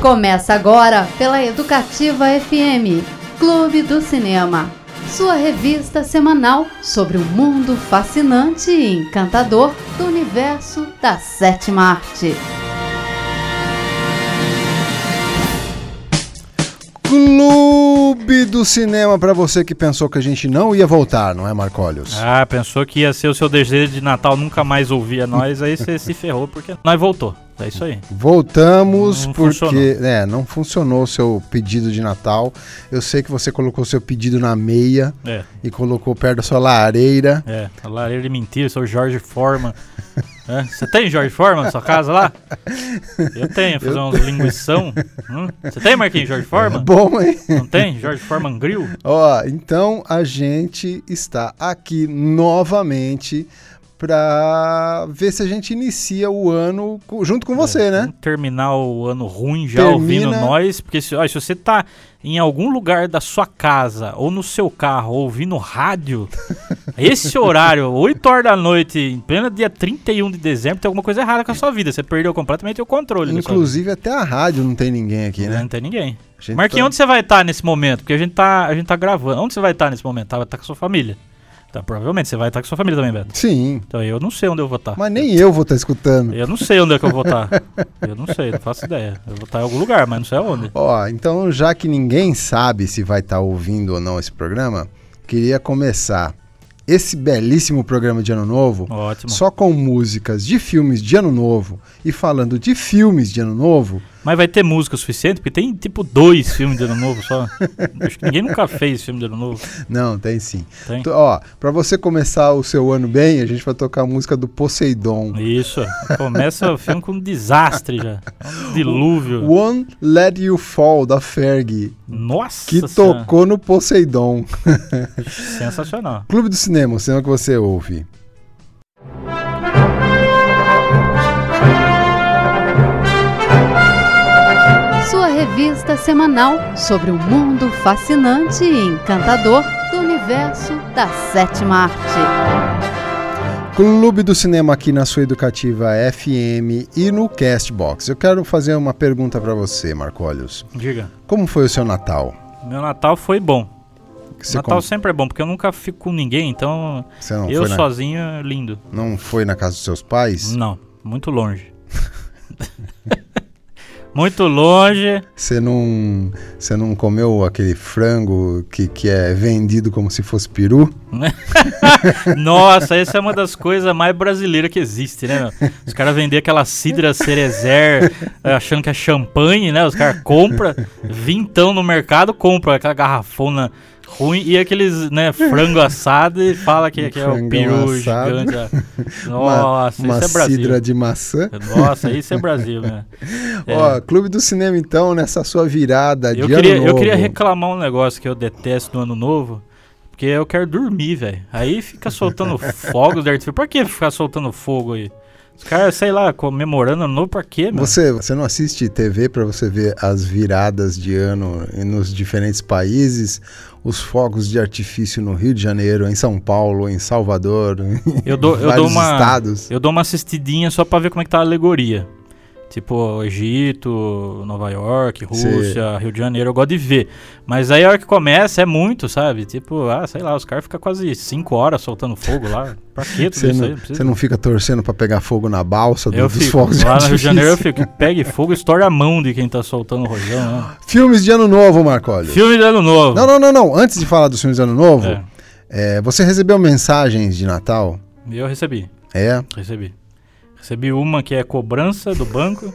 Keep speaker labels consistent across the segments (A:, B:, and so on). A: Começa agora pela Educativa FM, Clube do Cinema. Sua revista semanal sobre o mundo fascinante e encantador do universo da sétima arte.
B: Clube do Cinema pra você que pensou que a gente não ia voltar, não é, Marcólios?
C: Ah, pensou que ia ser o seu desejo de Natal nunca mais ouvia nós, aí você se ferrou porque nós voltou. É isso aí.
B: Voltamos
C: Não
B: porque
C: funcionou.
B: é, não funcionou o seu pedido de Natal. Eu sei que você colocou seu pedido na meia
C: É,
B: e colocou perto da sua lareira.
C: é. A lareira de mentira, eu sou o Jorge Forman. É, Você tem Jorge Forman na sua casa lá? Eu tenho, fazer uns linguição. Hum? Você tem, Marquinhos, Jorge
B: É
C: Forman?
B: bom, hein?
C: Não tem? Jorge Forman Grill?
B: Ó, então a gente está aqui novamente pra ver se a gente inicia o ano co- junto com você, né?
C: Vamos terminar o ano ruim já
B: Termina-
C: ouvindo nós, porque se, ó, se você tá em algum lugar da sua casa ou no seu carro ouvindo rádio, esse horário, 8 horas da noite, em pleno dia 31 de dezembro, tem alguma coisa errada com a sua vida. Você perdeu completamente o controle. da sua
B: Inclusive até a rádio não tem ninguém aqui,
C: vida.
B: né?
C: Não tem ninguém.
B: A gente
C: Marquinhos,
B: tá-
C: onde você vai estar nesse momento? Porque a gente tá, a gente tá gravando. Onde você vai estar nesse momento? Tá, vai estar com a sua família. Tá, provavelmente você vai estar com a sua família também, Beto.
B: Sim,
C: Então eu não sei onde eu vou estar.
B: mas nem eu vou estar escutando.
C: Eu não sei onde é que eu vou estar. Eu não sei, não faço ideia. Eu vou estar em algum lugar, mas não sei onde.
B: Ó, então já que ninguém sabe se vai estar ouvindo ou não esse programa, queria começar esse belíssimo programa de Ano Novo
C: Ótimo.
B: só com músicas de filmes de Ano Novo e falando de filmes de Ano Novo.
C: Mas vai ter música o suficiente? Porque tem tipo dois filmes de ano novo só. Acho que ninguém nunca fez filme de ano novo.
B: Não, tem sim.
C: Tem?
B: T- Ó, pra você começar o seu ano bem, a gente vai tocar a música do Poseidon.
C: Isso. Começa o filme com um desastre já. Um dilúvio.
B: One Let You Fall, da Ferg,
C: Nossa
B: que
C: Senhora.
B: tocou no Poseidon.
C: Sensacional.
B: Clube do Cinema, o cinema que você ouve.
A: Sua revista semanal sobre o mundo fascinante e encantador do universo da sétima arte.
B: Clube do Cinema aqui na sua educativa FM e no Castbox. Eu quero fazer uma pergunta pra você, Marcólios.
C: Diga.
B: Como foi o seu Natal?
C: Meu Natal foi bom.
B: Você,
C: Natal
B: com-
C: sempre é bom, porque eu nunca fico com ninguém, então
B: você não,
C: eu
B: foi
C: Hum.
B: né? na...
C: sozinho é lindo.
B: não foi na casa dos seus pais?
C: Não, muito longe. muito longe.
B: Você não, você não comeu aquele frango que, que é vendido como se fosse peru?
C: Nossa, essa é uma das coisas mais brasileiras que existe, né? meu? Os caras vendem aquela cidra cerezer eh, achando que é champanhe, né? Os caras compram, vintão no mercado, compram aquela garrafona ruim e aqueles, né, frango assado e fala que, que é o
B: Frangão
C: peru
B: assado.
C: gigante. ó. Nossa,
B: uma uma
C: isso é Brasil.
B: cidra de maçã?
C: Nossa, isso é Brasil, né? É.
B: Ó, Clube do Cinema então, nessa sua virada de
C: Eu
B: ano
C: queria,
B: É novo.
C: eu queria reclamar um negócio que eu detesto no ano novo. Porque eu quero dormir, velho. Aí fica soltando fogos de artifício. Pra que ficar soltando fogo aí? Os caras, sei lá, comemorando ano novo, pra quê, mano?
B: Você, você não assiste TV para você ver as viradas de ano em- nos diferentes países, os fogos de artifício no Rio de Janeiro, em São Paulo, em Salvador, em
C: Eu dou, eu dou
B: vários
C: uma.
B: estados.
C: Eu dou uma assistidinha só pra ver como é que tá a alegoria. Tipo, Egito, Nova York,
B: Sim.
C: Rússia, Rio de Janeiro, eu gosto de ver. Mas aí a hora que começa é muito, sabe? Tipo, ah, sei lá, os caras ficam quase 5 horas soltando fogo lá. Pra quê tudo
B: Você
C: isso aí?
B: não,
C: precisa.
B: você não fica torcendo para pegar fogo na balsa do-
C: Eu
B: dos
C: fico.
B: fogos de
C: Lá no Rio de
B: artifício?
C: Janeiro eu fico. Pegue fogo e estoura a mão de quem tá soltando o rojão. Né?
B: Filmes de ano novo, Marcólio.
C: Filme de ano novo.
B: Ah, Não, não, não, não. Antes de falar dos filmes de ano novo,
C: É,
B: é, você recebeu mensagens de Natal?
C: eu recebi,
B: É.
C: recebi. Recebi uma que é cobrança do banco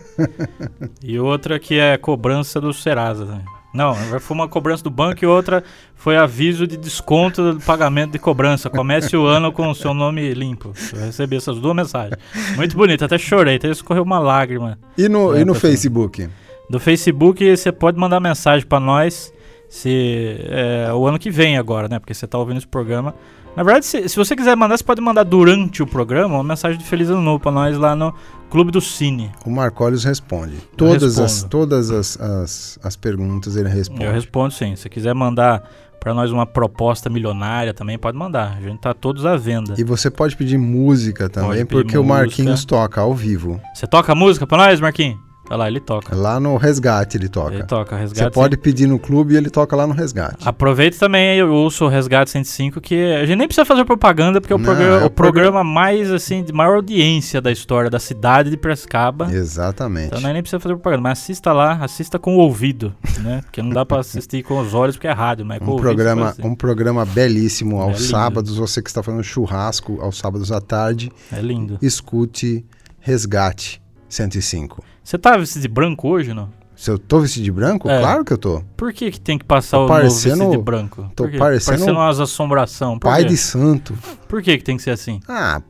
C: e outra que é cobrança do Serasa. né? Não, foi uma cobrança do banco e outra foi aviso de desconto do pagamento de cobrança. Comece o ano com o seu nome limpo. Eu recebi essas duas mensagens. Muito bonito, até chorei, até escorreu uma lágrima.
B: E no,
C: É,
B: e no
C: pra quem-
B: Facebook?
C: Do Facebook, você pode mandar mensagem pra nós se é, o ano que vem agora, né? Porque você tá ouvindo esse programa. Na verdade, se, se você quiser mandar, você pode mandar durante o programa uma mensagem de Feliz Ano Novo pra nós lá no Clube do Cine.
B: O Marcólios responde. Todas, as,
C: respondo.
B: todas as, as, as perguntas ele responde.
C: Eu respondo sim. Se quiser mandar pra nós uma proposta milionária também, pode mandar. A gente tá todos à venda.
B: E você pode pedir música também,
C: Pode pedir
B: porque o
C: música.
B: Marquinhos toca ao vivo.
C: Você toca música pra nós, Marquinhos? Olha lá, ele toca.
B: Lá no resgate ele toca.
C: Ele toca, resgate. Ah,
B: Você pode pedir no clube e ele toca lá no resgate.
C: Aproveita também, eu ouço o Resgate 105, que a gente nem precisa fazer propaganda, porque é o,
B: Não,
C: programa,
B: é o
C: o programa mais, assim, de maior audiência da história da cidade de Prescaba.
B: Exatamente.
C: Então nós nem precisa fazer propaganda, mas assista lá, assista com o ouvido, né? Porque não dá pra assistir com os olhos, porque é rádio, mas assim, com o
B: Um
C: ouvido você
B: programa,
C: pode
B: um programa belíssimo aos
C: Belíssimo.
B: sábados. Você que está fazendo churrasco aos sábados à tarde,
C: assistir. É lindo.
B: escute Resgate 105.
C: Você tá vestido de branco hoje, não?
B: Se eu tô vestido de branco?
C: É.
B: Claro que eu tô.
C: Por que, que tem que passar
B: Tô
C: o
B: parecendo-
C: novo vestido de branco?
B: tô
C: Por quê?
B: parecendo-
C: parecendo umas assombração. Por,
B: Pai
C: quê?
B: de santo.
C: Por que, que tem que ser assim?
B: Ah,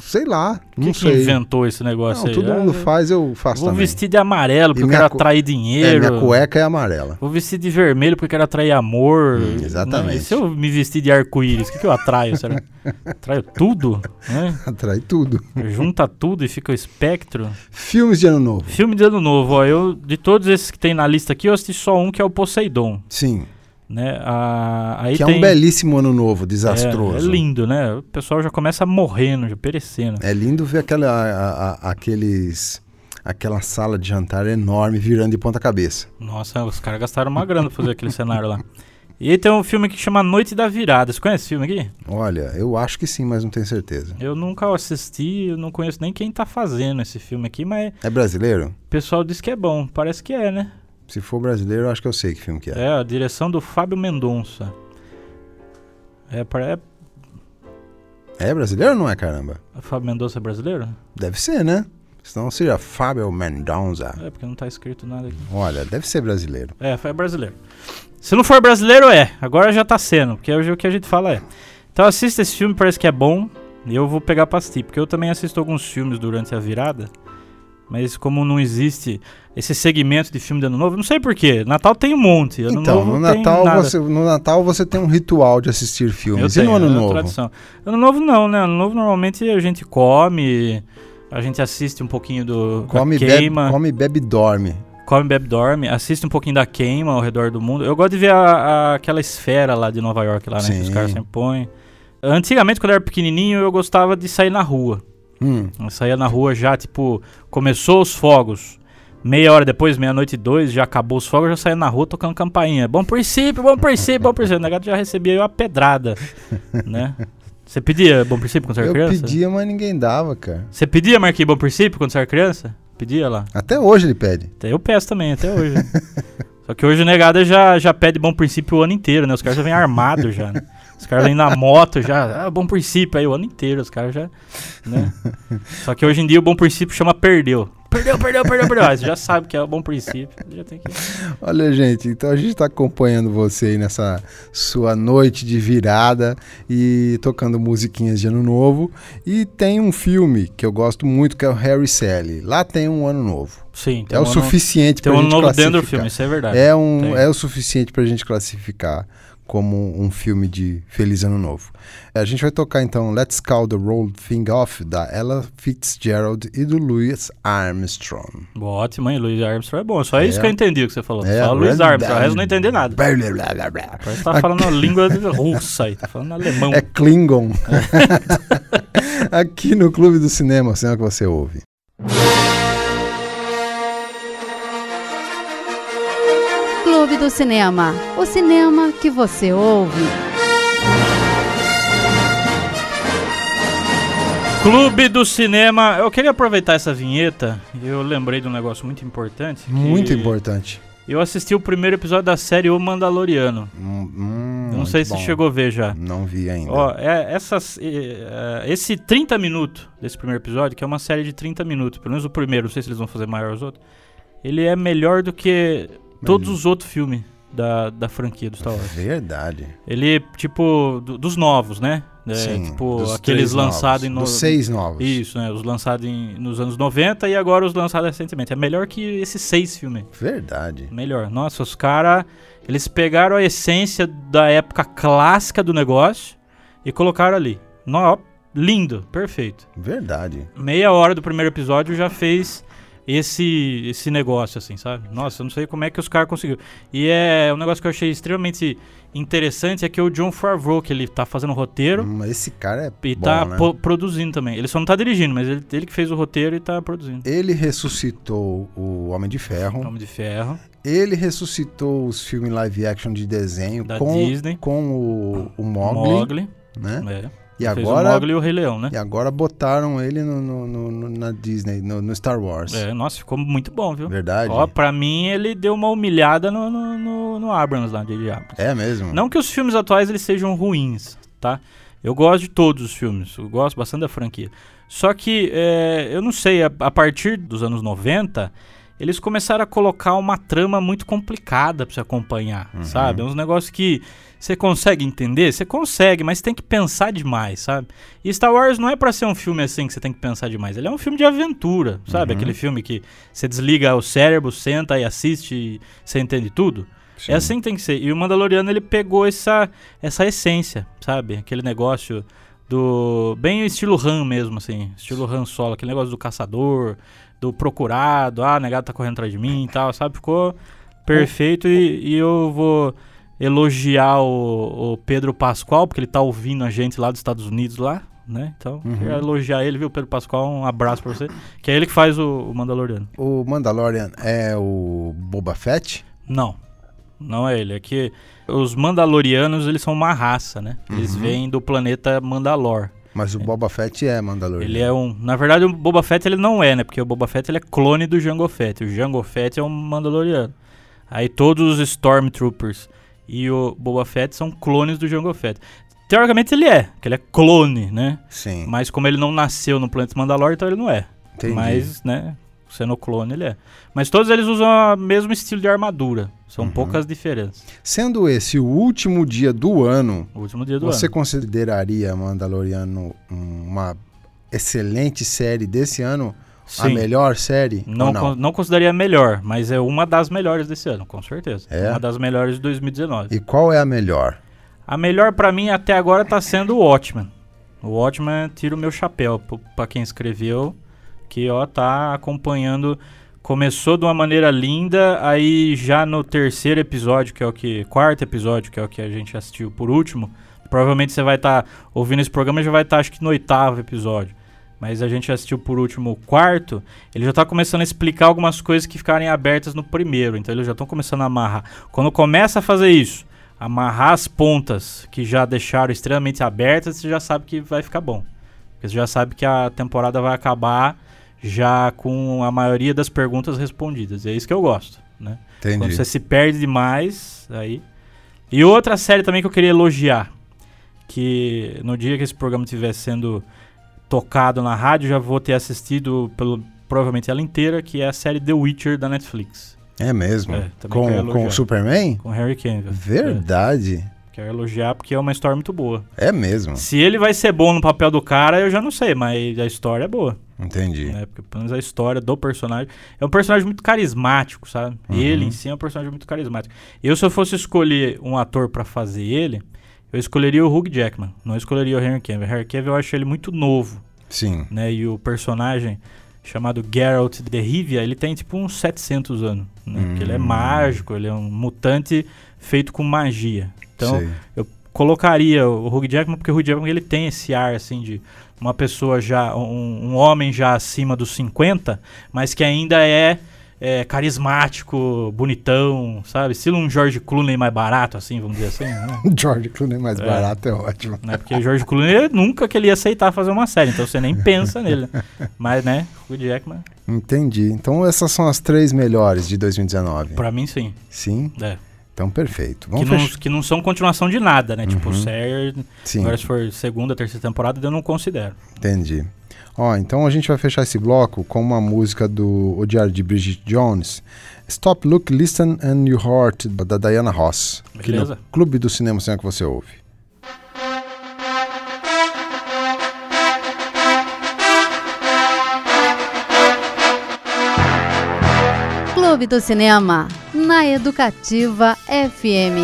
B: sei lá.
C: Quem
B: Não
C: que
B: sei.
C: inventou esse negócio
B: Não,
C: aí?
B: todo
C: Ah,
B: mundo faz, eu faço
C: Vou
B: também.
C: vestir de amarelo porque eu
B: minha
C: quero
B: cu-
C: atrair
B: É,
C: dinheiro.
B: minha cueca é amarela.
C: Vou vestir de vermelho porque eu quero atrair amor.
B: Hum, exatamente.
C: Né? E se eu me vestir de arco-íris, o que, que eu atraio? Será? atraio tudo? Né?
B: Atrai tudo.
C: Junta tudo e fica o espectro.
B: Filmes de ano novo.
C: Filme de ano novo, ó. Eu, de todos esses que tem na lista aqui, eu assisti só um que é o Poseidon.
B: Sim.
C: Né? Ah, aí
B: que é
C: tem...
B: um belíssimo ano novo,
C: É,
B: desastroso.
C: É, lindo, né? O pessoal já começa morrendo, já perecendo.
B: É lindo ver aquela, a- a- aqueles, aquela sala de jantar enorme virando de ponta cabeça.
C: Nossa, os caras gastaram uma grana pra fazer aquele cenário lá. E aí tem um filme que chama Noite da Virada. Você conhece esse filme aqui?
B: Olha, eu acho que sim, mas não tenho certeza.
C: Eu nunca assisti, eu não conheço nem quem tá fazendo esse filme aqui, mas
B: É brasileiro?
C: o pessoal diz que é bom. Parece que é, né?
B: Se for brasileiro, eu acho que eu sei que filme que é.
C: É, a direção do Fábio Mendonça. É, para é
B: É, brasileiro ou não é, caramba?
C: Fábio Mendonça é brasileiro?
B: Deve ser, né? Senão seja Fábio Mendonça.
C: É, porque não tá escrito nada aqui.
B: Olha, deve ser brasileiro.
C: É, foi brasileiro. Se não for brasileiro, é. Agora já tá sendo, porque hoje o que a gente fala é. Então assista esse filme, parece que é bom. E eu vou pegar pra assistir, porque eu também assisto alguns filmes durante a virada. Mas como não existe esse segmento de filme de ano novo, não sei porquê. Natal tem um monte. Ano
B: então,
C: novo
B: no
C: não tem
B: Natal,
C: nada.
B: você, no Natal você tem um ritual de assistir
C: Eu
B: filmes.
C: tenho,
B: e no Ano
C: é uma
B: né, Novo?
C: Tradição. Ano novo não, né? Ano novo normalmente a gente come, a gente assiste um pouquinho do da
B: Come, bebe,
C: queima.
B: come, bebe e dorme.
C: Come, bebe, dorme. Assiste um pouquinho da queima ao redor do mundo. Eu gosto de ver a- a- aquela esfera lá de Nova York, lá, né? Que os
B: Sim.
C: caras sempre põem. Antigamente, quando eu era pequenininho, eu gostava de sair na rua.
B: Hum,
C: Eu saía na rua já, tipo, começou os fogos. Meia hora depois, meia-noite e dois, já acabou os fogos, eu já saía na rua tocando campainha. Bom princípio, bom princípio, bom princípio. O negócio já recebia aí uma pedrada, né? Você pedia bom princípio quando você era
B: eu
C: criança?
B: pedia, mas ninguém dava, cara.
C: Você pedia, Marquinhos, bom princípio quando você era criança? Pedia lá.
B: Até hoje ele pede.
C: Até eu peço também, até hoje. Só que hoje o negada já, já pede bom princípio o ano inteiro, né? Os caras já vêm armados já, né? Os caras vêm na moto já, ah, bom princípio, aí o ano inteiro, os caras já, né? Só que hoje em dia o bom princípio chama perdeu. Perdeu, perdeu, perdeu, perdeu. Ah, Você já sabe que é o bom princípio, já tem que...
B: Olha, gente, então a gente está acompanhando você aí nessa sua noite de virada e tocando musiquinhas de ano novo. E tem um filme que eu gosto muito que é o Harry Sally. Lá tem um ano novo.
C: Sim,
B: é o
C: ano-
B: suficiente
C: Tem
B: para
C: um
B: gente
C: ano novo
B: classificar.
C: dentro do filme, isso é verdade.
B: É, um,
C: Tem.
B: é o suficiente pra gente classificar como um filme de Feliz Ano Novo. A gente vai tocar então Let's Call the Roll Thing Off da Ella Fitzgerald e do Louis Armstrong.
C: Bom, Ótimo, hein? Luiz Armstrong é bom. Só
B: É.
C: isso que eu entendi o que você falou.
B: É,
C: Só Luiz
B: Red-
C: Armstrong, o resto eu não entendi nada.
B: Blá, blá, blá, blá, blá.
C: Parece que tá falando a língua russa aí, tá falando alemão.
B: É Klingon. Aqui no Clube do Cinema, o cinema que você ouve.
A: Clube do Cinema, o cinema que você ouve.
C: Clube do Cinema. Eu queria aproveitar essa vinheta. Eu lembrei de um negócio muito importante. que
B: Muito importante.
C: Eu assisti o primeiro episódio da série O Mandaloriano.
B: Hum, hum,
C: Eu não
B: muito
C: sei se
B: bom.
C: chegou a ver já.
B: Não vi ainda.
C: Ó, é, essas, é, é, esse 30 minutos desse primeiro episódio, que é uma série de 30 minutos, pelo menos o primeiro, não sei se eles vão fazer maior os outros, ele é melhor do que todos os outros filmes da, da franquia do Star Wars.
B: Verdade.
C: Ele, tipo, do- dos novos, né? É,
B: Sim,
C: tipo,
B: dos
C: aqueles
B: três novos.
C: lançados em no-
B: Dos seis novos.
C: Isso, né? Os lançados em- nos anos 90 e agora os lançados recentemente. É melhor que esses seis filmes.
B: Verdade.
C: Melhor. Nossa, os caras. Eles pegaram a essência da época clássica do negócio e colocaram ali. Nó, lindo, perfeito.
B: Verdade.
C: Meia hora do primeiro episódio já fez esse, esse negócio, assim, sabe? Nossa, eu não sei como é que os caras conseguiram. E é um negócio que eu achei extremamente interessante é que o John Favreau, que ele tá fazendo o roteiro
B: Hum, Esse cara é
C: e
B: bom,
C: tá
B: né?
C: po- produzindo também. Ele só não tá dirigindo, mas ele, ele que fez o roteiro e tá produzindo.
B: Ele ressuscitou o Homem de Ferro.
C: Homem de Ferro,
B: Ele ressuscitou os filmes live action de desenho
C: Da
B: com,
C: Disney.
B: com o, o Mogli,
C: Mogli.
B: né?
C: É.
B: E
C: Fez
B: agora,
C: o Mogli e o Rei Leão, né?
B: e agora botaram ele no, no- no- no- na Disney, no, no Star Wars.
C: É, nossa, ficou muito bom, viu?
B: Verdade?
C: Ó, pra mim ele deu uma humilhada no, no, no, no Abrams lá, de Abrams.
B: É mesmo?
C: Não que os filmes atuais eles sejam ruins, tá? Eu gosto de todos os filmes, eu gosto bastante da franquia. Só que, é, eu não sei, a, a partir dos anos 90, eles começaram a colocar uma trama muito complicada pra você acompanhar, sabe? É Uns negócios que você consegue entender, você consegue, mas tem que pensar demais, sabe? E Star Wars não é pra ser um filme assim que você tem que pensar demais. Ele é um filme de aventura, sabe? Aquele filme que você desliga o cérebro, senta e assiste e você entende tudo.
B: Sim.
C: É assim que tem que ser. E o Mandaloriano ele pegou essa, essa essência, sabe? Aquele negócio do. Bem estilo Han mesmo, assim. Estilo Han solo, aquele negócio do caçador, do procurado, ah, negado tá correndo atrás de mim e tal, sabe? Ficou perfeito e, e eu vou elogiar o, o Pedro Pascoal, porque ele tá ouvindo a gente lá dos Estados Unidos lá, né? Então, queria elogiar ele, viu, Pedro Pascoal? Um abraço pra você. Que é ele que faz o, o Mandaloriano.
B: O Mandalorian é o Boba Fett?
C: Não. Não é ele. É que os Mandalorianos, eles são uma raça, né? Eles vêm do planeta Mandalor.
B: Mas o Boba Fett é Mandalorian.
C: Ele é um... Na verdade, o Boba Fett ele não é, né? Porque o Boba Fett ele é clone do Jango Fett. O Jango Fett é um Mandaloriano. Aí todos os Stormtroopers e o Boba Fett são clones do Jango Fett. Teoricamente ele é, que ele é clone, né?
B: Sim,
C: Mas como ele não nasceu no planeta Mandalor, então ele não é.
B: entendi.
C: Mas, né, sendo clone, ele é. Mas todos eles usam o mesmo estilo de armadura. São poucas diferenças.
B: Sendo esse o último dia do ano,
C: O último dia do
B: você
C: ano.
B: consideraria Mandaloriano uma excelente série desse ano? A
C: Sim.
B: melhor série?
C: Não,
B: ou
C: con- não consideraria a melhor, mas é uma das melhores desse ano, com certeza.
B: É?
C: Uma das melhores de 2019.
B: E qual é a melhor?
C: A melhor pra mim até agora tá sendo o Watchmen. O Watchmen tira o meu chapéu p- pra quem escreveu, que ó, tá acompanhando. Começou de uma maneira linda, aí já no terceiro episódio, que é o que. Quarto episódio, que é o que a gente assistiu por último. Provavelmente você vai estar ouvindo esse programa e já vai estar, acho que no oitavo episódio. Mas a gente assistiu por último o quarto. Ele já tá começando a explicar algumas coisas que ficarem abertas no primeiro. Então eles já estão começando a amarrar. Quando começa a fazer isso, amarrar as pontas que já deixaram extremamente abertas, você já sabe que vai ficar bom. Porque você já sabe que a temporada vai acabar já com a maioria das perguntas respondidas. E é isso que eu gosto, né? Quando
B: Entendi.
C: você se perde demais, aí. E outra série também que eu queria elogiar, que no dia que esse programa estiver sendo tocado na rádio, eu já vou ter assistido pelo, provavelmente ela inteira, que é a série The Witcher da Netflix,
B: É mesmo?
C: É, também quero
B: com,
C: elogiar.
B: com o Superman?
C: com Harry Cavill.
B: Verdade.
C: É, quero elogiar porque é uma história muito boa.
B: É mesmo.
C: Se ele vai ser bom no papel do cara, eu já não sei, mas a história é boa.
B: Entendi.
C: né? Porque pelo menos a história do personagem. É um personagem muito carismático, sabe? Ele em si é um personagem muito carismático. Eu, se eu fosse escolher um ator pra fazer ele, eu escolheria o Hugh Jackman. Não escolheria o Henry Cavill. Henry Cavill eu acho ele muito novo,
B: Sim.
C: né? E o personagem chamado Geralt de Rivia, ele tem tipo uns 700 anos, né? Porque ele é mágico, ele é um mutante feito com magia. Então,
B: sei.
C: eu colocaria o Hugh Jackman porque o Hugh Jackman ele tem esse ar assim de uma pessoa já um, um homem já acima dos 50, mas que ainda é, é, carismático, bonitão, sabe? Estilo um George Clooney mais barato assim, vamos dizer assim, né?
B: George Clooney mais barato é ótimo.
C: Né? Porque o George Clooney ele- nunca que ele ia aceitar fazer uma série, então você nem pensa nele. né? Mas né, Hugh Jackman,
B: Entendi. Então essas são as três melhores de 2019.
C: pra mim sim,
B: Sim?
C: é.
B: Então perfeito.
C: que,
B: Vamos
C: não,
B: fechar.
C: que não são continuação de nada, né? Tipo, série,
B: Sim.
C: agora se for segunda, terceira temporada, eu não considero.
B: Entendi. Ó, então a gente vai fechar esse bloco com uma música do O Diário de Bridget Jones, Stop, Look, Listen and Your Heart, da Diana Ross. aqui no
C: Beleza.
B: Clube do Cinema Cinema que você ouve.
A: Clube do Cinema, na Educativa FM.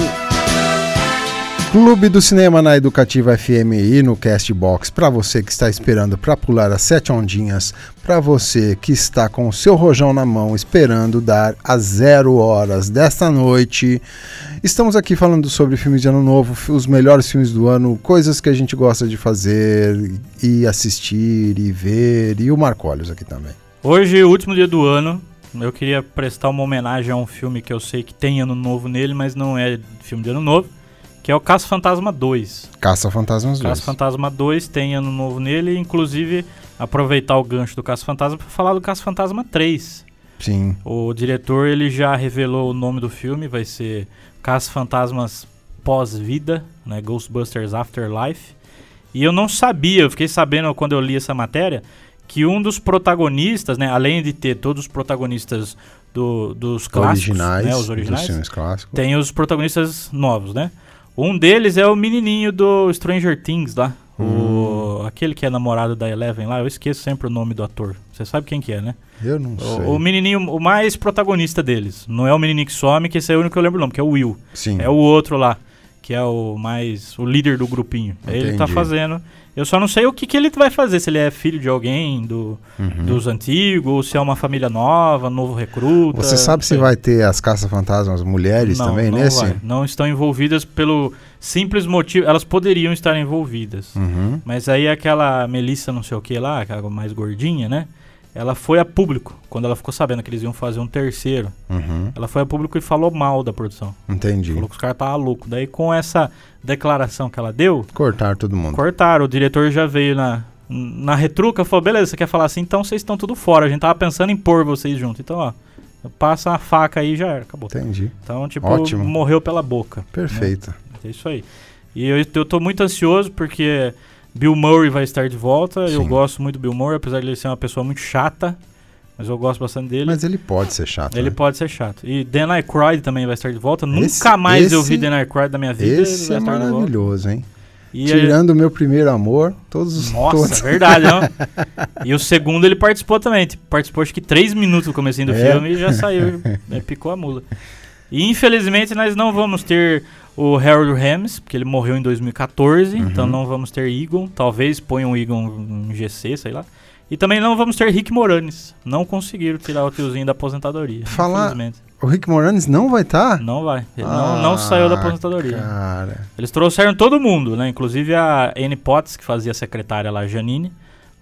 B: Clube do Cinema na Educativa FM e no Castbox. Para você que está esperando para pular as sete ondinhas, para você que está com o seu rojão na mão esperando dar às zero horas desta noite. Estamos aqui falando sobre filmes de ano novo, fi- os melhores filmes do ano, coisas que a gente gosta de fazer e assistir e ver e o Marcólios aqui também.
C: Hoje, o último dia do ano, eu queria prestar uma homenagem a um filme que eu sei que tem ano novo nele, mas não é filme de ano novo, que é o Caça Fantasma 2.
B: Caça Fantasmas 2.
C: Caça Fantasma 2 tem ano novo nele, inclusive aproveitar o gancho do Caça Fantasma para falar do Caça Fantasma 3.
B: Sim.
C: O diretor ele já revelou o nome do filme, vai ser Caça Fantasmas Pós-Vida, né? Ghostbusters Afterlife. E eu não sabia, eu fiquei sabendo quando eu li essa matéria, que um dos protagonistas, né, além de ter todos os protagonistas do- dos clássicos,
B: originais,
C: né, os
B: dos
C: originais,
B: filmes clássicos.
C: tem os protagonistas novos, né? Um deles é o menininho do Stranger Things lá. O, aquele que é namorado da Eleven lá, eu esqueço sempre o nome do ator. Você sabe quem que é, né?
B: Eu não sei.
C: O, o menininho, o mais protagonista deles. Não é o menininho que some, que esse é o único que eu lembro o nome, que é o Will.
B: Sim.
C: É o outro lá, que é o mais. o líder do grupinho. É Ele que tá
B: Entendi.
C: fazendo. Eu só não sei o que, que ele vai fazer, se ele é filho de alguém, do,
B: Uhum.
C: dos antigos, ou se é uma família nova, novo recruta.
B: Você sabe se
C: Sei.
B: vai ter as caça-fantasmas mulheres
C: é. não,
B: também
C: não
B: nesse?
C: vai. Não estão envolvidas pelo simples motivo. Elas poderiam estar envolvidas.
B: Uhum.
C: Mas aí aquela Melissa não sei o que lá, aquela mais gordinha, né? Ela foi a público, quando ela ficou sabendo que eles iam fazer um terceiro.
B: Uhum.
C: Ela foi a público e falou mal da produção.
B: Entendi.
C: Falou que os caras estavam loucos. Daí com essa declaração que ela deu,
B: Cortar todo mundo.
C: cortaram. O diretor já veio na, na retruca falou, beleza, você quer falar assim? Então vocês estão tudo fora. A gente tava pensando em pôr vocês junto. Então, ó, passa a faca aí e já era, acabou.
B: Entendi.
C: Então, tipo,
B: Ótimo.
C: morreu pela boca.
B: Perfeito.
C: É isso aí. E eu, eu tô muito ansioso porque Bill Murray vai estar de volta. Eu
B: Sim.
C: gosto muito do Bill Murray, apesar de ele ser uma pessoa muito chata. Mas eu gosto bastante dele.
B: Mas ele pode ser chato. né?
C: ele pode ser chato. E Dan Aykroyd também vai estar de volta.
B: Esse-
C: Nunca mais eu
B: esse-
C: vi Dan Aykroyd na minha vida. ele
B: Esse
C: vai
B: é
C: estar de volta.
B: maravilhoso, hein?
C: E ele-
B: Tirando o meu primeiro amor, todos os.
C: Nossa, é
B: todos...
C: verdade, não? E o segundo ele participou também. tipo, Participou acho que três minutos do comecinho do
B: É.
C: filme e já saiu, né, picou a mula. E infelizmente nós não vamos ter o Harold Ramis, porque ele morreu em 2014, então não vamos ter Egon. Talvez ponham o Egon em GC, sei lá. E também não vamos ter Rick Moranis. Não conseguiram tirar o tiozinho da aposentadoria.
B: Falar-
C: Infelizmente.
B: O Rick Moranis não vai estar?
C: Não vai. Ele não,
B: Ah,
C: não saiu da aposentadoria.
B: Cara.
C: Eles trouxeram todo mundo, né? Inclusive a Anne Potts, que fazia a secretária lá, a Janine,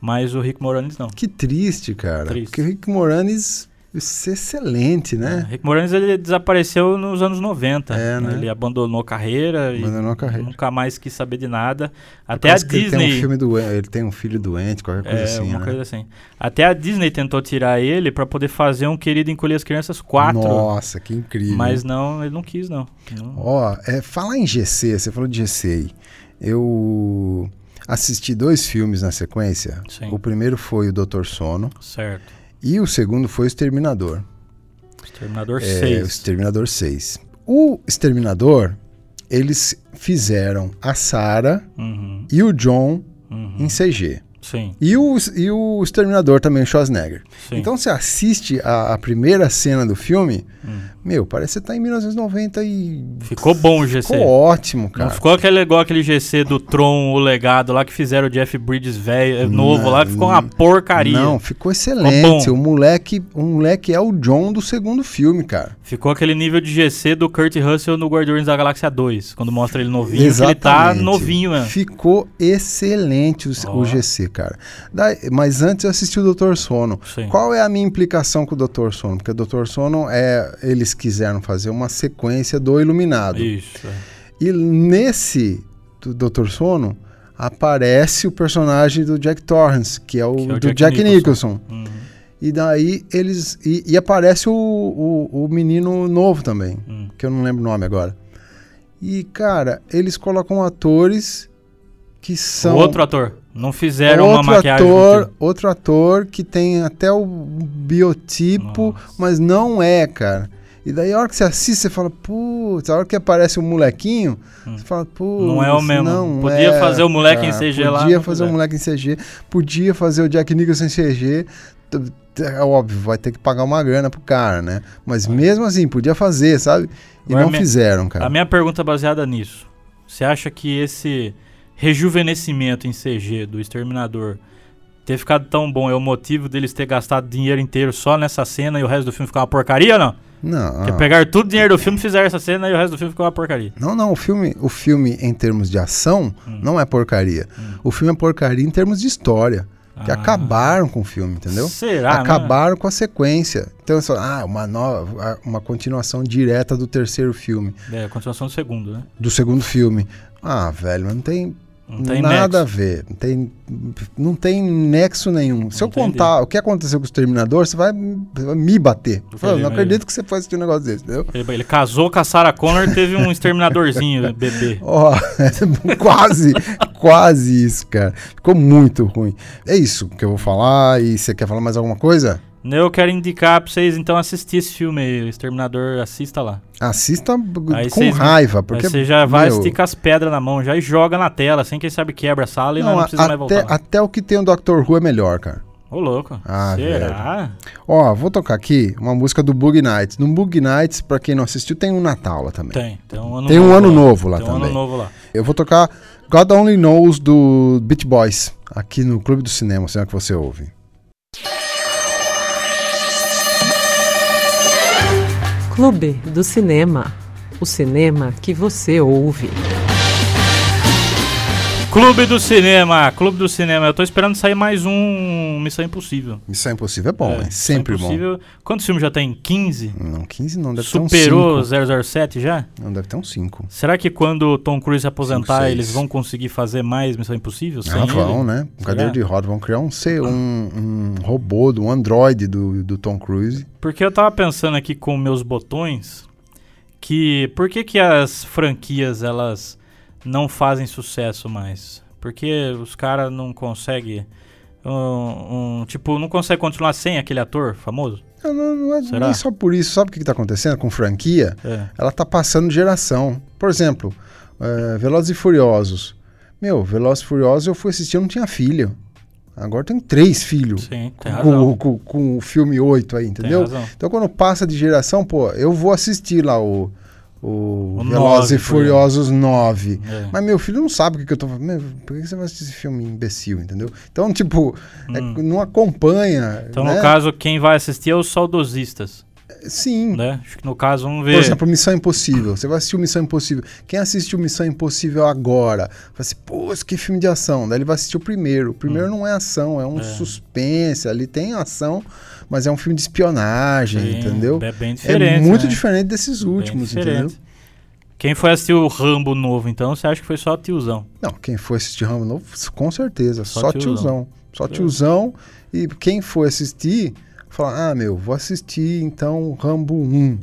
C: mas o Rick Moranis não.
B: Que triste, cara.
C: Triste.
B: Porque o Rick Moranis isso é excelente,
C: O
B: né?
C: Rick Moranis ele desapareceu nos anos 90.
B: É, né?
C: Ele abandonou a carreira É, e
B: Abandonou a carreira.
C: nunca mais quis saber de nada. Até a
B: Parece que Ele tem, um
C: Disney.
B: filme doente, ele tem um filho doente, qualquer coisa
C: é,
B: assim,
C: uma
B: né?
C: coisa assim. Até a Disney tentou tirar ele pra poder fazer um Querido Encolher as Crianças 4.
B: Nossa, que incrível.
C: Mas não, ele não quis, não. Não.
B: Ó, é, falar em GC, você falou de GC aí. Eu assisti dois filmes na sequência.
C: Sim.
B: O primeiro foi o Doutor Sono
C: Certo.
B: e o segundo foi o Exterminador.
C: Exterminador
B: É,
C: 6.
B: o Exterminador 6. O Exterminador, eles fizeram a Sarah
C: Uhum,
B: e o John
C: uhum.
B: em CG.
C: Sim,
B: E o, e o Exterminador também, o Schwarzenegger.
C: sim.
B: Então você assiste a, a primeira cena do filme,
C: Hum.
B: meu, parece que você tá em 1990 e.
C: Ficou bom o GC.
B: Ficou ótimo, cara.
C: assim. Não ficou aquele, igual aquele GC do Tron, o legado lá que fizeram o Jeff Bridges velho, eh, novo
B: Não,
C: lá, que ficou uma porcaria.
B: Não, ficou excelente.
C: Ficou
B: o moleque, o moleque é o John do segundo filme, cara.
C: Ficou aquele nível de GC do Kurt Russell no Guardiões da Galáxia 2, quando mostra ele novinho, que ele tá novinho, né?
B: Ficou excelente o, o
C: Ó.
B: GC, cara. Daí- mas antes eu assisti o Doutor Sono.
C: Sim.
B: Qual é a minha implicação com o Doutor Sono? Porque o Doutor Sono é eles quiseram fazer uma sequência do Iluminado.
C: Isso. é.
B: E nesse do Doutor Sono aparece o personagem do Jack Torrance, que é o,
C: Que é o
B: do
C: Jack
B: Jack
C: Nicholson.
B: Nicholson.
C: Uhum,
B: E daí eles. E, e aparece o, o, o menino novo também,
C: uhum.
B: que eu não lembro o nome agora. E, cara, eles colocam atores que são.
C: Outro ator. Não fizeram uma
B: outro
C: maquiagem.
B: ator,
C: muito-
B: outro ator que tem até o biotipo,
C: Nossa.
B: mas não é, cara. E daí a hora que você assiste, você fala, putz, a hora que aparece o molequinho,
C: Hum.
B: você fala, putz,
C: Não é o mesmo.
B: não
C: Podia
B: é,
C: fazer o moleque em
B: cara.
C: CG lá,
B: Podia
C: não
B: fazer o
C: fizeram.
B: moleque em CG, podia fazer o Jack Nicholson em CG. T- t- É óbvio, vai ter que pagar uma grana pro cara, né? Mas mesmo assim, podia fazer, sabe? E
C: Agora
B: não
C: minha-
B: fizeram, cara.
C: A minha pergunta é baseada nisso. Você acha que esse rejuvenescimento em CG do Exterminador ter ficado tão bom é o motivo deles ter gastado dinheiro inteiro só nessa cena e o resto do filme ficar uma porcaria ou não?
B: Não.
C: Porque pegaram todo o dinheiro do filme, fizeram essa cena e o resto do filme ficou uma porcaria.
B: Não, não, o filme, o filme em termos de ação
C: Hum.
B: não é porcaria. O filme é porcaria em termos de história. Que
C: Ah.
B: acabaram com o filme, entendeu?
C: Será, né?
B: Acabaram com a sequência. Então, eles falaram, ah, uma, nova, uma continuação direta do terceiro filme,
C: É, a continuação do segundo, né?
B: do segundo filme. Ah, velho, mas não tem,
C: Não tem
B: nada a
C: nexo.
B: ver. Não tem, não tem nexo nenhum. Se eu
C: Entendi.
B: contar o que aconteceu com o Exterminador, você vai, você vai me bater. Eu falo,
C: Entendi,
B: não
C: mas-
B: acredito que você foi assistir um negócio desse, entendeu?
C: Ele, ele casou com a Sarah Connor e teve um exterminadorzinho, né, bebê.
B: Ó, quase, quase isso, cara. Ficou muito ruim. É isso que eu vou falar. E você quer falar mais alguma coisa?
C: Eu quero indicar pra vocês, então, assistir esse filme aí. O Exterminador, assista lá.
B: Assista b-
C: Aí
B: com
C: vocês-
B: raiva,
C: Porque,
B: porque.
C: você já vai,
B: meu,
C: estica as pedras na mão, já e joga na tela, sem quem sabe quebra a sala e nós
B: não,
C: não
B: a-
C: precisa mais
B: até,
C: voltar. lá.
B: até o que tem o Dr. Who é melhor, cara.
C: Ô, louco.
B: Ah,
C: Será?
B: Ó, vou tocar aqui uma música do Bug Nights. No Bug Nights, pra quem não assistiu, tem um Natal lá também.
C: Tem. Tem um ano
B: Tem um
C: novo
B: ano
C: lá.
B: novo lá
C: Tem um
B: também.
C: ano novo lá.
B: Eu vou tocar God Only Knows do Beat Boys, aqui no Clube do Cinema, será que você ouve?
D: Clube do Cinema. O cinema que você ouve.
C: Clube do Cinema, Clube do Cinema. Eu tô esperando sair mais um Missão Impossível.
B: Missão Impossível é bom, é,
C: Missão
B: sempre bom.
C: Impossível. Quantos filmes já tem? 15?
B: Não, 15 não, deve ter
C: Superou
B: um 5.
C: 007 já?
B: Não, deve ter um 5.
C: Será que quando o Tom Cruise se aposentar,
B: Cinco, seis.
C: eles vão conseguir fazer mais Missão Impossível?
B: Ah, vão,
C: ele?
B: né? Um cadeira de roda, vão criar um, ser, um, um robô, do- um androide do, do Tom Cruise.
C: Porque eu tava pensando aqui com meus botões que por que, que as franquias elas não fazem sucesso mais? Porque os caras não conseguem. Um, um- tipo, não consegue continuar sem aquele ator famoso?
B: Não, não, não é
C: Será?
B: nem só por isso. Sabe o que está acontecendo com franquia?
C: É.
B: Ela tá passando de geração. Por exemplo, eh, Velozes e Furiosos. Meu, Velozes e Furiosos eu fui assistir, eu não tinha filho. Agora eu tenho três filhos.
C: Sim, tem razão.
B: Com, com- com o filme 8 aí, entendeu?
C: razão.
B: Então quando passa de geração, pô, eu vou assistir lá o, o,
C: O
B: Velozes
C: nove,
B: e Furiosos 9.
C: É.
B: Mas meu filho não sabe o que, que eu tô falando. Meu, por que que você vai assistir esse filme imbecil, entendeu? Então, tipo, é, não acompanha.
C: Hum. Então,
B: né?
C: no caso, quem vai assistir é os saudosistas,
B: Sim.
C: né? Acho que no caso, vamos ver.
B: Hum. Por exemplo, Missão Impossível. Você vai assistir o Missão Impossível. Quem assistiu Missão Impossível agora? Fala assim, pô, esse que filme de ação. Daí ele vai assistir o primeiro. O primeiro
C: Hum.
B: não é ação, é um suspense. Ali tem ação, mas é um filme de espionagem,
C: Sim,
B: entendeu?
C: É bem diferente.
B: é muito
C: né?
B: diferente desses
C: Bem
B: últimos,
C: diferente.
B: entendeu?
C: Quem foi assistir o Rambo novo, então, você acha que foi só tiozão?
B: Não, quem for assistir Rambo Novo, com certeza, só,
C: Só
B: tiozão.
C: tiozão. É.
B: Só tiozão. E quem for assistir, fala: ah, meu, vou assistir então Rambo 1.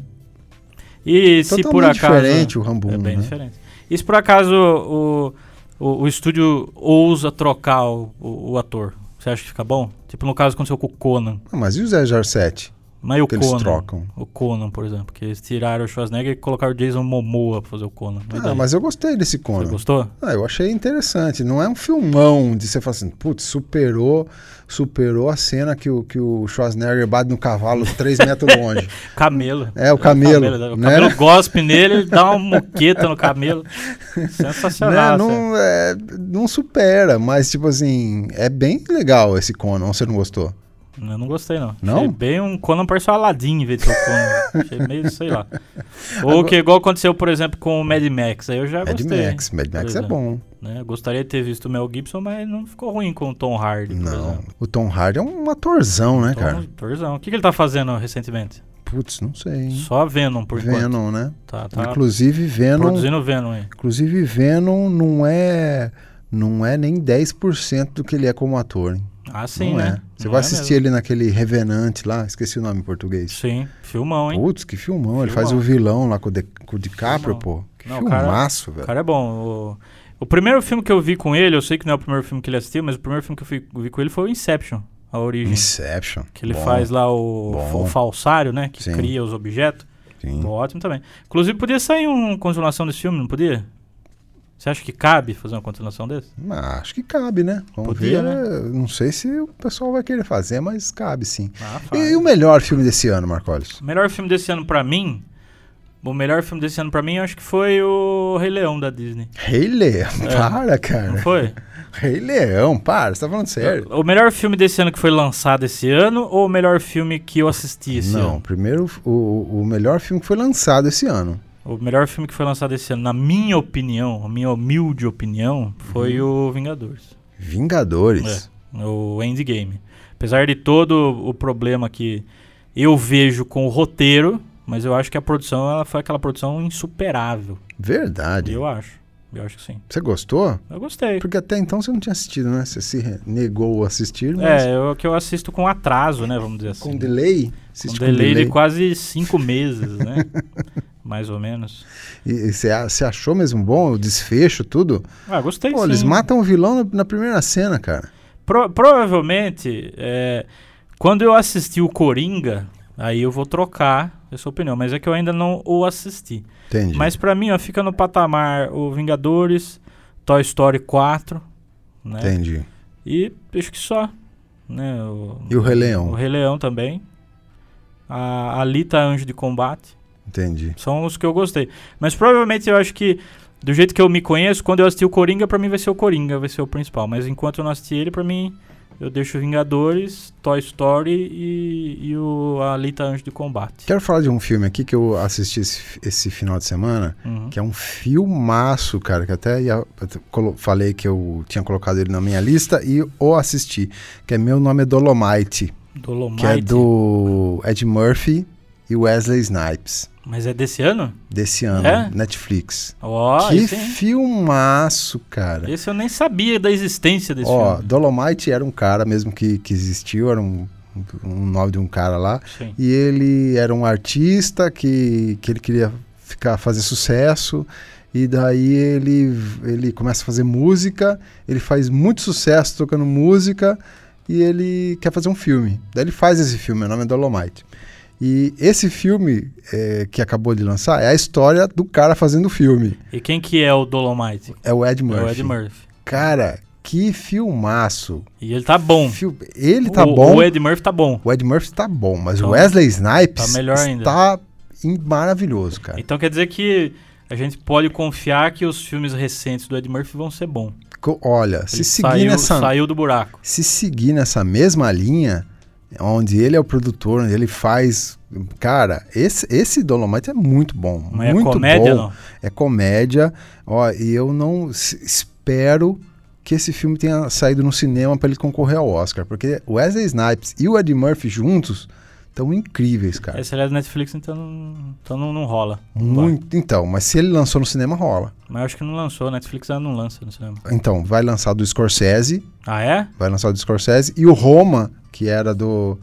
C: E se
B: Totalmente
C: por acaso.
B: Então tá diferente o Rambo
C: É
B: 1.
C: bem
B: né?
C: diferente. E se por acaso o, o, o estúdio ousa trocar o, o, o ator? Você acha que fica bom? Tipo, no caso aconteceu com o Conan.
B: Ah, mas e o 007?
C: Mas e o
B: Que Então eles
C: Conan?
B: trocam.
C: O Conan, por exemplo. Que eles tiraram o Schwarzenegger e colocaram o Jason Momoa pra fazer o Conan. E
B: Ah,
C: daí?
B: mas eu gostei desse
C: Você
B: Conan.
C: gostou?
B: Ah, eu achei interessante. Não é um filmão de você falar assim, putz, superou, superou a cena que o, que o Schwarzenegger bate no cavalo 3 metros longe.
C: Camelo.
B: É, o camelo,
C: O
B: né?
C: camelo gospe nele, dá uma moqueta no camelo.
B: Né?
C: Sensacional. sério.
B: Não, é, não supera, mas tipo assim, é bem legal esse Conan. Você não gostou?
C: Eu não gostei, não.
B: Não?
C: Achei bem um Conan parece um Aladdin em vez de ser o Conan. Achei meio, sei lá. Ou que igual aconteceu, por exemplo, com o Mad Max. Aí eu já
B: Mad
C: gostei.
B: Max, Mad Max é
C: exemplo.
B: bom.
C: né? Eu Gostaria de ter visto o Mel Gibson, mas não ficou ruim com o Tom Hardy, por
B: Não,
C: exemplo.
B: o Tom Hardy é um atorzão, né,
C: Tom,
B: cara?
C: atorzão. O que, que ele tá fazendo recentemente?
B: Putz, não sei. hein?
C: Só Venom, por enquanto.
B: Hum. Venom, né?
C: Tá, tá
B: Inclusive Venom,
C: produzindo Venom aí.
B: inclusive Venom não é não é nem 10% do que ele é como ator, hein?
C: Ah, sim,
B: não
C: né?
B: é. Você
C: Não
B: vai
C: é
B: assistir ele naquele Revenante lá, esqueci o nome em português.
C: mesmo. Sim, filmão, hein?
B: Putz, que filmão. Ele
C: Filmão.
B: faz o vilão lá com o, Di- com o DiCaprio, pô. Que
C: Não, o cara-
B: filmaço,
C: O
B: velho.
C: cara é bom. O, o primeiro filme que eu vi com ele, eu sei que não é o primeiro filme que ele assistiu, mas o primeiro filme que eu fui- vi com ele foi o Inception, a origem.
B: Inception.
C: Que ele
B: Bom,
C: faz lá o,
B: Bom.
C: o falsário, né? Que
B: Sim.
C: cria os objetos.
B: sim.
C: Ótimo também. Inclusive, podia sair uma continuação desse filme, não podia? Você acha que cabe fazer uma continuação desse?
B: Mas acho que cabe, né? Vamos
C: Podia,
B: ver. eh, Não sei se o pessoal vai querer fazer, mas cabe sim.
C: Ah,
B: E, e o melhor filme desse ano, Marcolis?
C: O melhor filme desse ano pra mim O melhor filme desse ano pra mim, eu acho que foi o Rei Leão da Disney.
B: Rei Leão,
C: É.
B: para, cara.
C: Não foi?
B: Rei Leão, para, você tá falando sério?
C: O melhor filme desse ano que foi lançado esse ano ou o melhor filme que eu assisti esse
B: Não,
C: ano?
B: primeiro o, o melhor filme que foi lançado esse ano.
C: O melhor filme que foi lançado esse ano, na minha opinião, a minha humilde opinião, foi
B: Uhum.
C: o Vingadores.
B: Vingadores.
C: É, o Endgame. Apesar de todo o problema que eu vejo com o roteiro, mas eu acho que a produção ela foi aquela produção insuperável.
B: Verdade.
C: Eu acho. Eu acho que sim.
B: Você gostou?
C: Eu gostei.
B: Porque até então você não tinha assistido, né? Você se re- negou a assistir, mas
C: É, eu- é o que eu assisto com atraso, né? Vamos dizer assim.
B: com delay.
C: Um
B: Assiste
C: delay de quase cinco meses, né? Mais ou menos.
B: E e você a- você achou mesmo bom o desfecho, tudo?
C: Ah, gostei
B: Pô,
C: sim.
B: eles matam o vilão na, na primeira cena, cara.
C: Pro- provavelmente, é, quando eu assisti o Coringa, aí eu vou trocar essa opinião, mas é que eu ainda não o assisti.
B: Entendi.
C: Mas pra mim, ó, fica no patamar o Vingadores, Toy Story 4, né?
B: Entendi.
C: E acho que só, né? O,
B: E o Rei Leão?
C: o Rei Leão também. A Alita Anjo de Combate.
B: Entendi.
C: São os que eu gostei. Mas provavelmente eu acho que, do jeito que eu me conheço, quando eu assisti o Coringa, pra mim vai ser o Coringa, vai ser o principal. Mas enquanto eu não assisti ele, pra mim, eu deixo Vingadores, Toy Story e, e o a Alita Anjo de Combate.
B: Quero falar de um filme aqui que eu assisti esse, fi- esse final de semana,
C: Uhum.
B: que é um filmaço, cara, que até ia- eu colo- falei que eu tinha colocado ele na minha lista e o assisti, que é Meu Nome é Dolomite,
C: Dolomite.
B: que é do Ed Murphy e Wesley Snipes,
C: Mas é desse ano?
B: desse ano,
C: É?
B: Netflix.
C: Ó,
B: que
C: esse, é, hein?
B: filmaço, cara.
C: Esse eu nem sabia da existência desse
B: Ó,
C: filme.
B: Dolomite era um cara mesmo que, que existiu, era um, um nome de um cara lá.
C: Sim.
B: E ele era um artista que, que ele queria ficar fazer sucesso. E daí ele, ele começa a fazer música, ele faz muito sucesso tocando música e ele quer fazer um filme. Daí ele faz esse filme, o nome é Dolomite. E esse filme eh, que acabou de lançar é a história do cara fazendo o filme.
C: E quem que é o Dolomite?
B: É o Ed Murphy.
C: É o Ed Murphy.
B: Cara, que filmaço!
C: E ele tá bom.
B: Fio- Ele tá
C: o,
B: bom.
C: O Ed Murphy tá bom.
B: O Ed Murphy tá bom, mas
C: Então,
B: o Wesley Snipes
C: tá melhor ainda.
B: está em- maravilhoso, cara.
C: Então quer dizer que a gente pode confiar que os filmes recentes do Ed Murphy vão ser bons.
B: Co- Olha, se
C: Ele
B: seguir,
C: saiu,
B: nessa,
C: saiu do buraco.
B: se seguir nessa mesma linha, onde ele é o produtor, onde ele faz. Cara, esse, esse Dolomite é muito bom.
C: Mas
B: muito
C: é comédia,
B: bom.
C: não?
B: É comédia. Ó, e eu não s- espero que esse filme tenha saído no cinema para ele concorrer ao Oscar, porque o Wesley Snipes e o Ed Murphy juntos estão incríveis, cara.
C: Essa é da Netflix, então, não- então não, não rola. Não vai.
B: Muito, então, mas se ele lançou no cinema, rola.
C: Mas eu acho que não lançou. A Netflix ela não lança no cinema.
B: Então, vai lançar do Scorsese,
C: Ah, é?
B: vai lançar do Scorsese e o Roma, que era do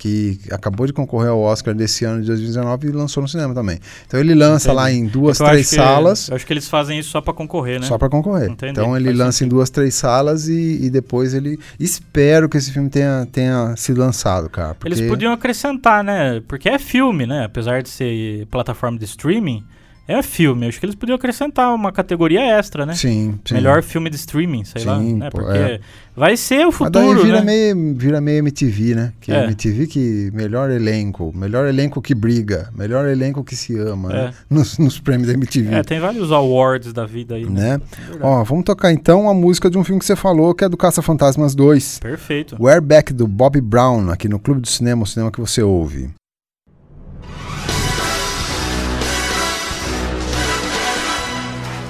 B: que acabou de concorrer ao Oscar desse ano de 2019 e lançou no cinema também. Então ele lança
C: Entendi. Então,
B: lá em duas,
C: Eu acho
B: três
C: que-
B: salas
C: eu acho que eles fazem isso só pra concorrer, né?
B: só para concorrer.
C: Entendi,
B: Então ele
C: faz
B: lança em duas, três salas e, e depois ele espero que esse filme tenha tenha sido lançado, cara, porque
C: Eles podiam acrescentar, né? Porque é filme, né? Apesar de ser plataforma de streaming, é filme. Eu acho que eles podiam acrescentar uma categoria extra, né?
B: Sim, sim.
C: Melhor filme de streaming, sei lá.
B: Sim,
C: Né?
B: pô,
C: Porque
B: é.
C: vai ser o
B: Mas
C: futuro,
B: daí vira,
C: né?
B: meio, vira meio MTV, né? Que
C: É.
B: MTV que melhor elenco, melhor elenco que briga, melhor elenco que se ama,
C: É.
B: né? nos, nos prêmios da MTV.
C: É, tem vários awards da vida aí. né?
B: Hum. né? Ó, vamos tocar então a música de um filme que você falou, que é do Caça Fantasmas 2.
C: Perfeito.
B: Where Back do Bob Brown, aqui no Clube do Cinema, o cinema que você ouve.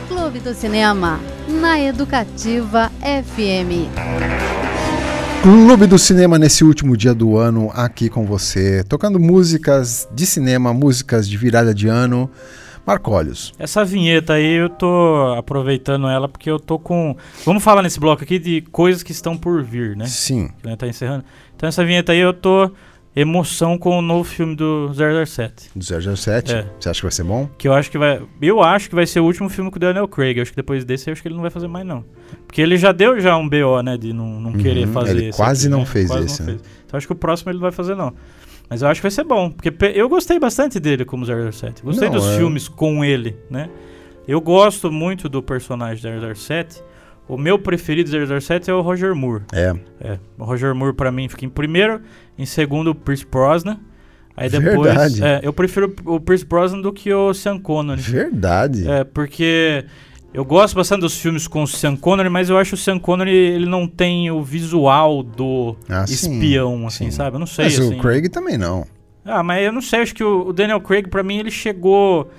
A: Clube do Cinema, na Educativa FM.
B: Clube do Cinema nesse último dia do ano, aqui com você, tocando músicas de cinema, músicas de virada de ano. Marcólios.
C: Essa vinheta aí eu tô aproveitando ela porque eu tô com. Vamos falar nesse bloco aqui de coisas que estão por vir, né?
B: Sim.
C: Que tá encerrando. Então essa vinheta aí eu tô emoção com o novo filme do 007,
B: Do 007.
C: É.
B: Você acha que vai ser bom?
C: que eu acho que vai, eu acho que vai ser o último filme com o Daniel Craig. Eu acho que depois desse eu acho que ele não vai fazer mais não. Porque ele já deu já um BO, né, de não, não querer
B: Uhum,
C: fazer
B: ele
C: esse
B: quase não fez
C: Quase
B: esse,
C: não
B: né?
C: fez. Então acho que o próximo ele não vai fazer não. Mas eu acho que vai ser bom, porque pe- eu gostei bastante dele como 007. Gostei
B: Não,
C: dos
B: é-
C: filmes com ele, né? Eu gosto muito do personagem 007. O meu preferido 007 é o Roger Moore.
B: É.
C: É, o Roger Moore pra mim fica em primeiro, em segundo o Pierce Brosnan. Aí depois.
B: Verdade.
C: é, eu prefiro o Pierce Brosnan do que o Sean Connery.
B: Verdade.
C: É, porque eu gosto bastante dos filmes com o Sean Connery, mas eu acho que o Sean Connery ele não tem o visual do
B: Ah, sim,
C: espião, assim,
B: sim.
C: sabe? Eu não sei,
B: Mas
C: assim.
B: o Craig também não.
C: Ah, mas eu não sei, acho que o o Daniel Craig, pra mim, ele chegou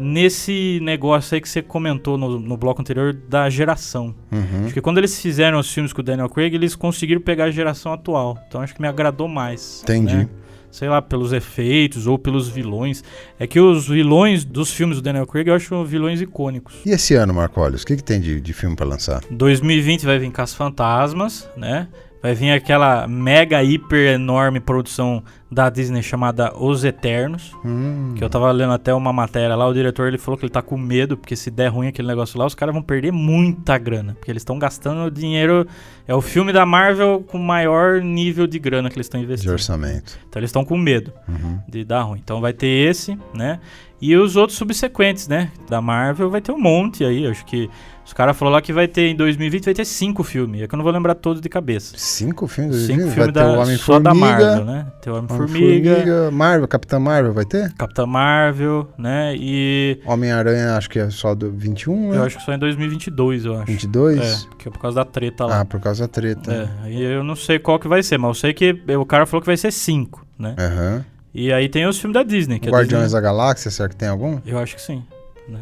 C: nesse negócio aí que você comentou no, no bloco anterior da geração.
B: Uhum.
C: Acho que quando eles fizeram os filmes com o Daniel Craig, eles conseguiram pegar a geração atual. Então acho que me agradou mais.
B: Entendi.
C: né? Sei lá, pelos efeitos ou pelos vilões. É que os vilões dos filmes do Daniel Craig eu acho vilões icônicos.
B: E esse ano, Marco Olhos, o que, que tem de, de filme pra lançar?
C: 2020 vai vir Cas Fantasmas, né? Vai vir aquela mega, hiper enorme produção da Disney chamada Os Eternos.
B: Hum,
C: Que eu tava lendo até uma matéria lá, o diretor ele falou que ele tá com medo, porque se der ruim aquele negócio lá, os caras vão perder muita grana. Porque eles estão gastando dinheiro. É o filme da Marvel com maior nível de grana que eles estão
B: de
C: investindo.
B: orçamento.
C: Então eles estão com medo
B: Uhum.
C: de dar ruim. Então vai ter esse, né? E os outros subsequentes, né? Da Marvel vai ter um monte aí. Acho que os caras falaram lá que vai ter em 2020 vai ter cinco filmes. É que eu não vou lembrar todos de cabeça.
B: Cinco filmes?
C: Cinco
B: Vai
C: filmes
B: ter o
C: da,
B: Homem
C: só
B: Formiga.
C: da Marvel, né? Tem o Homem-Formiga,
B: Homem Formiga, Marvel, Capitã Marvel vai ter?
C: Capitã Marvel, né? E
B: Homem-Aranha, acho que é só do 21, né?
C: Eu acho que só em 2022, eu acho.
B: 22?
C: É, porque é por causa da treta
B: Ah, tá.
C: lá.
B: por causa da treta.
C: É, aí eu não sei qual que vai ser, mas eu sei que o cara falou que vai ser 5, né?
B: Aham.
C: E aí tem os filmes da Disney. Que é né? a
B: É. Guardiões da
C: Disney-
B: Galáxia, será que tem algum?
C: Eu acho que sim, né?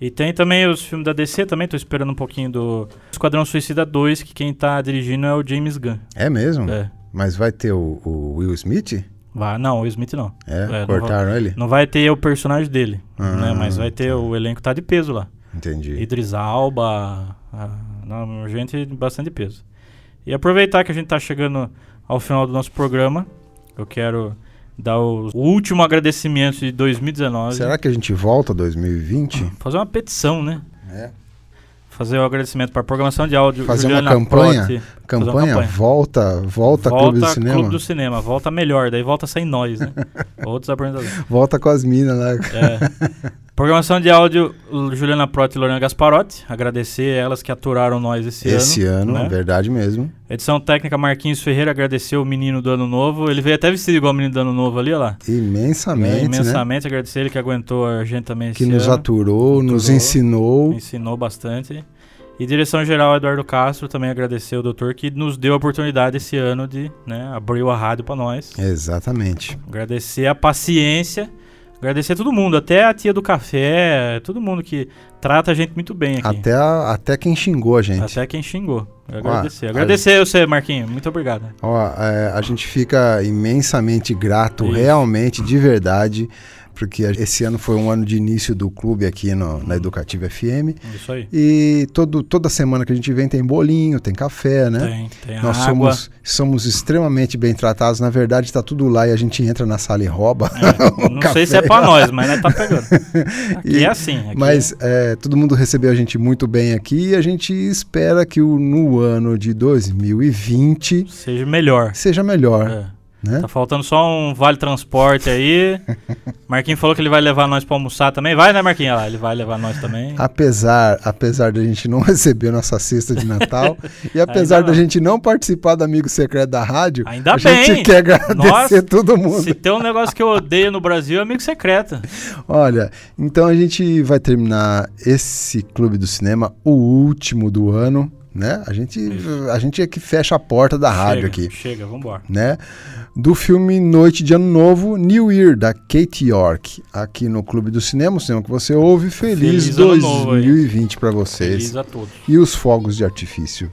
C: E tem também os filmes da DC também, tô esperando um pouquinho do Esquadrão Suicida 2, que quem tá dirigindo é o James Gunn.
B: É mesmo?
C: É.
B: Mas vai ter o, o Will Smith?
C: Vai, não, o Smith não.
B: É,
C: não
B: cortaram ele?
C: Não vai ter o personagem dele,
B: Ah,
C: né? Mas vai ter, o elenco tá de peso lá.
B: Entendi.
C: Idris Alba, ah, não, gente de bastante peso. E aproveitar que a gente tá chegando ao final do nosso programa, eu quero dar o último agradecimento de 2019.
B: Será que a gente volta 2020?
C: Fazer uma petição, né?
B: É.
C: Fazer o agradecimento para programação de áudio.
B: Fazer uma
C: Juliana
B: campanha?
C: Protti. Fazer uma
B: Campanha, volta, volta, Clube do Cinema.
C: Clube do Cinema, volta melhor, daí volta sem nós, né? Outros apresentadores.
B: Volta com as minas lá.
C: É. Programação de áudio, Juliana Protti e Lorena Gasparotti. Agradecer elas que aturaram nós esse,
B: Esse ano,
C: né?
B: é verdade mesmo.
C: Edição técnica Marquinhos Ferreira agradeceu o menino do ano novo. Ele veio até vestido igual o menino do ano novo ali, olha lá.
B: Imensamente, né?
C: Imensamente agradecer ele que aguentou a gente também
B: Que
C: esse
B: nos
C: ano.
B: aturou, nos
C: Aturou.
B: ensinou.
C: Ensinou bastante. E direção geral Eduardo Castro também agradecer o doutor que nos deu a oportunidade esse ano de, né, abriu a rádio pra
B: É.
C: nós.
B: Exatamente.
C: Agradecer a paciência. Agradecer todo mundo, até a tia do café, todo mundo que trata a gente muito bem aqui.
B: Até, a- até quem xingou a gente.
C: Até quem xingou. Agradecer.
B: a-
C: agradecer você, Marquinhos. Muito obrigado.
B: Ó, é, a gente fica imensamente grato,
C: Isso.
B: realmente, de verdade, porque esse ano foi um ano de início do clube aqui no- na Educativa FM.
C: Isso aí.
B: E todo, toda semana que a gente vem tem bolinho, tem café, né?
C: Tem, tem
B: Nós
C: água.
B: somos, somos extremamente bem tratados. Na verdade, tá tudo lá e a gente entra na sala e rouba. o
C: Não
B: Um café.
C: sei se é pra nós, mas nós tá pegando. Aqui é assim. aqui
B: Mas é, todo mundo recebeu a gente muito bem aqui e a gente espera que o, no ano de 2020
C: seja melhor.
B: seja melhor,
C: É.
B: né?
C: Tá faltando só um vale transporte aí. Marquinhos falou que ele vai levar nós pra almoçar também. Vai, né, Marquinhos? Olha lá, ele vai levar nós também.
B: Ah, Apesar, apesar da gente não receber nossa cesta de Natal e apesar
C: Ainda
B: da
C: não.
B: gente não participar do Amigo Secreto da Rádio,
C: Ainda
B: a gente
C: bem.
B: quer agradecer
C: Nossa,
B: todo mundo.
C: Se tem um negócio que eu odeio no Brasil, é amigo secreto.
B: Olha, então a gente vai terminar esse Clube do Cinema, o último do ano, né? A gente, a gente é que fecha a porta da rádio
C: chega,
B: aqui,
C: Chega, vambora.
B: né? Do filme Noite de Ano Novo, New Year, da Kate York, aqui no Clube do Cinema, o cinema que você ouve. Feliz,
C: Feliz Ano Novo aí.
B: 2020 pra vocês.
C: Feliz a todos.
B: E os fogos de artifício.